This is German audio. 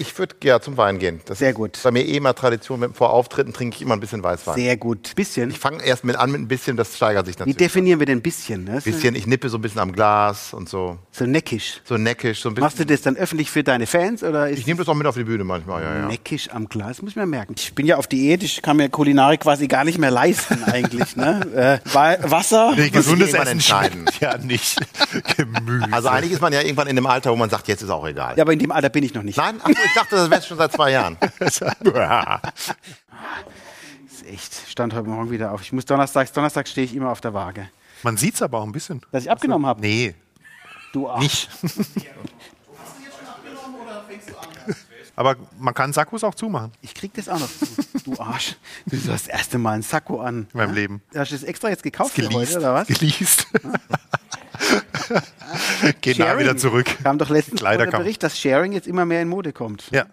Ich würde gerne zum Wein gehen. Das Sehr ist gut. Bei mir eh immer Tradition. Wenn- Vor Auftritten trinke ich immer ein bisschen Weißwein. Sehr gut. Bisschen. Ich fange erst mit an mit ein bisschen, das steigert sich Wie natürlich. definieren wir denn bisschen? ne? Das ist bisschen, ich nippe so ein bisschen am Glas und so. So neckisch. So neckisch, so ein bisschen. Machst du das dann öffentlich für deine Fans oder ist Ich nehme das auch mit auf die Bühne manchmal, ja, ja. neckisch am Glas? Muss ich mir merken. Ich bin ja auf Diät, ich kann mir Kulinarik quasi gar nicht mehr leisten eigentlich. ne? äh, Wa- Wasser. eh Nee, gesundes Essen Ja, nicht Gemüse. Also eigentlich ist man ja irgendwann in dem Alter, wo man sagt, jetzt ist auch egal. Ja, aber in dem Alter bin ich noch nicht. Nein, ach, so, ich dachte, das wäre schon seit zwei Jahren. Das ist echt. Stand heute Morgen wieder auf. Ich muss donnerstags, Donnerstag stehe ich immer auf der Waage. Man sieht es aber auch ein bisschen. Dass ich abgenommen habe. Nee, du Arsch. nicht. aber man kann Sakkos auch zumachen. Ich krieg das auch noch. Du, du Arsch. Du hast das erste Mal einen Sakko an. ne? In meinem Leben. Hast du das extra jetzt gekauft für Geleast. heute, oder was? Geleast. Geht nah Sharing. wieder zurück. Kam doch letztens Kleider der kam. Bericht, dass Sharing jetzt immer mehr in Mode kommt. Ja.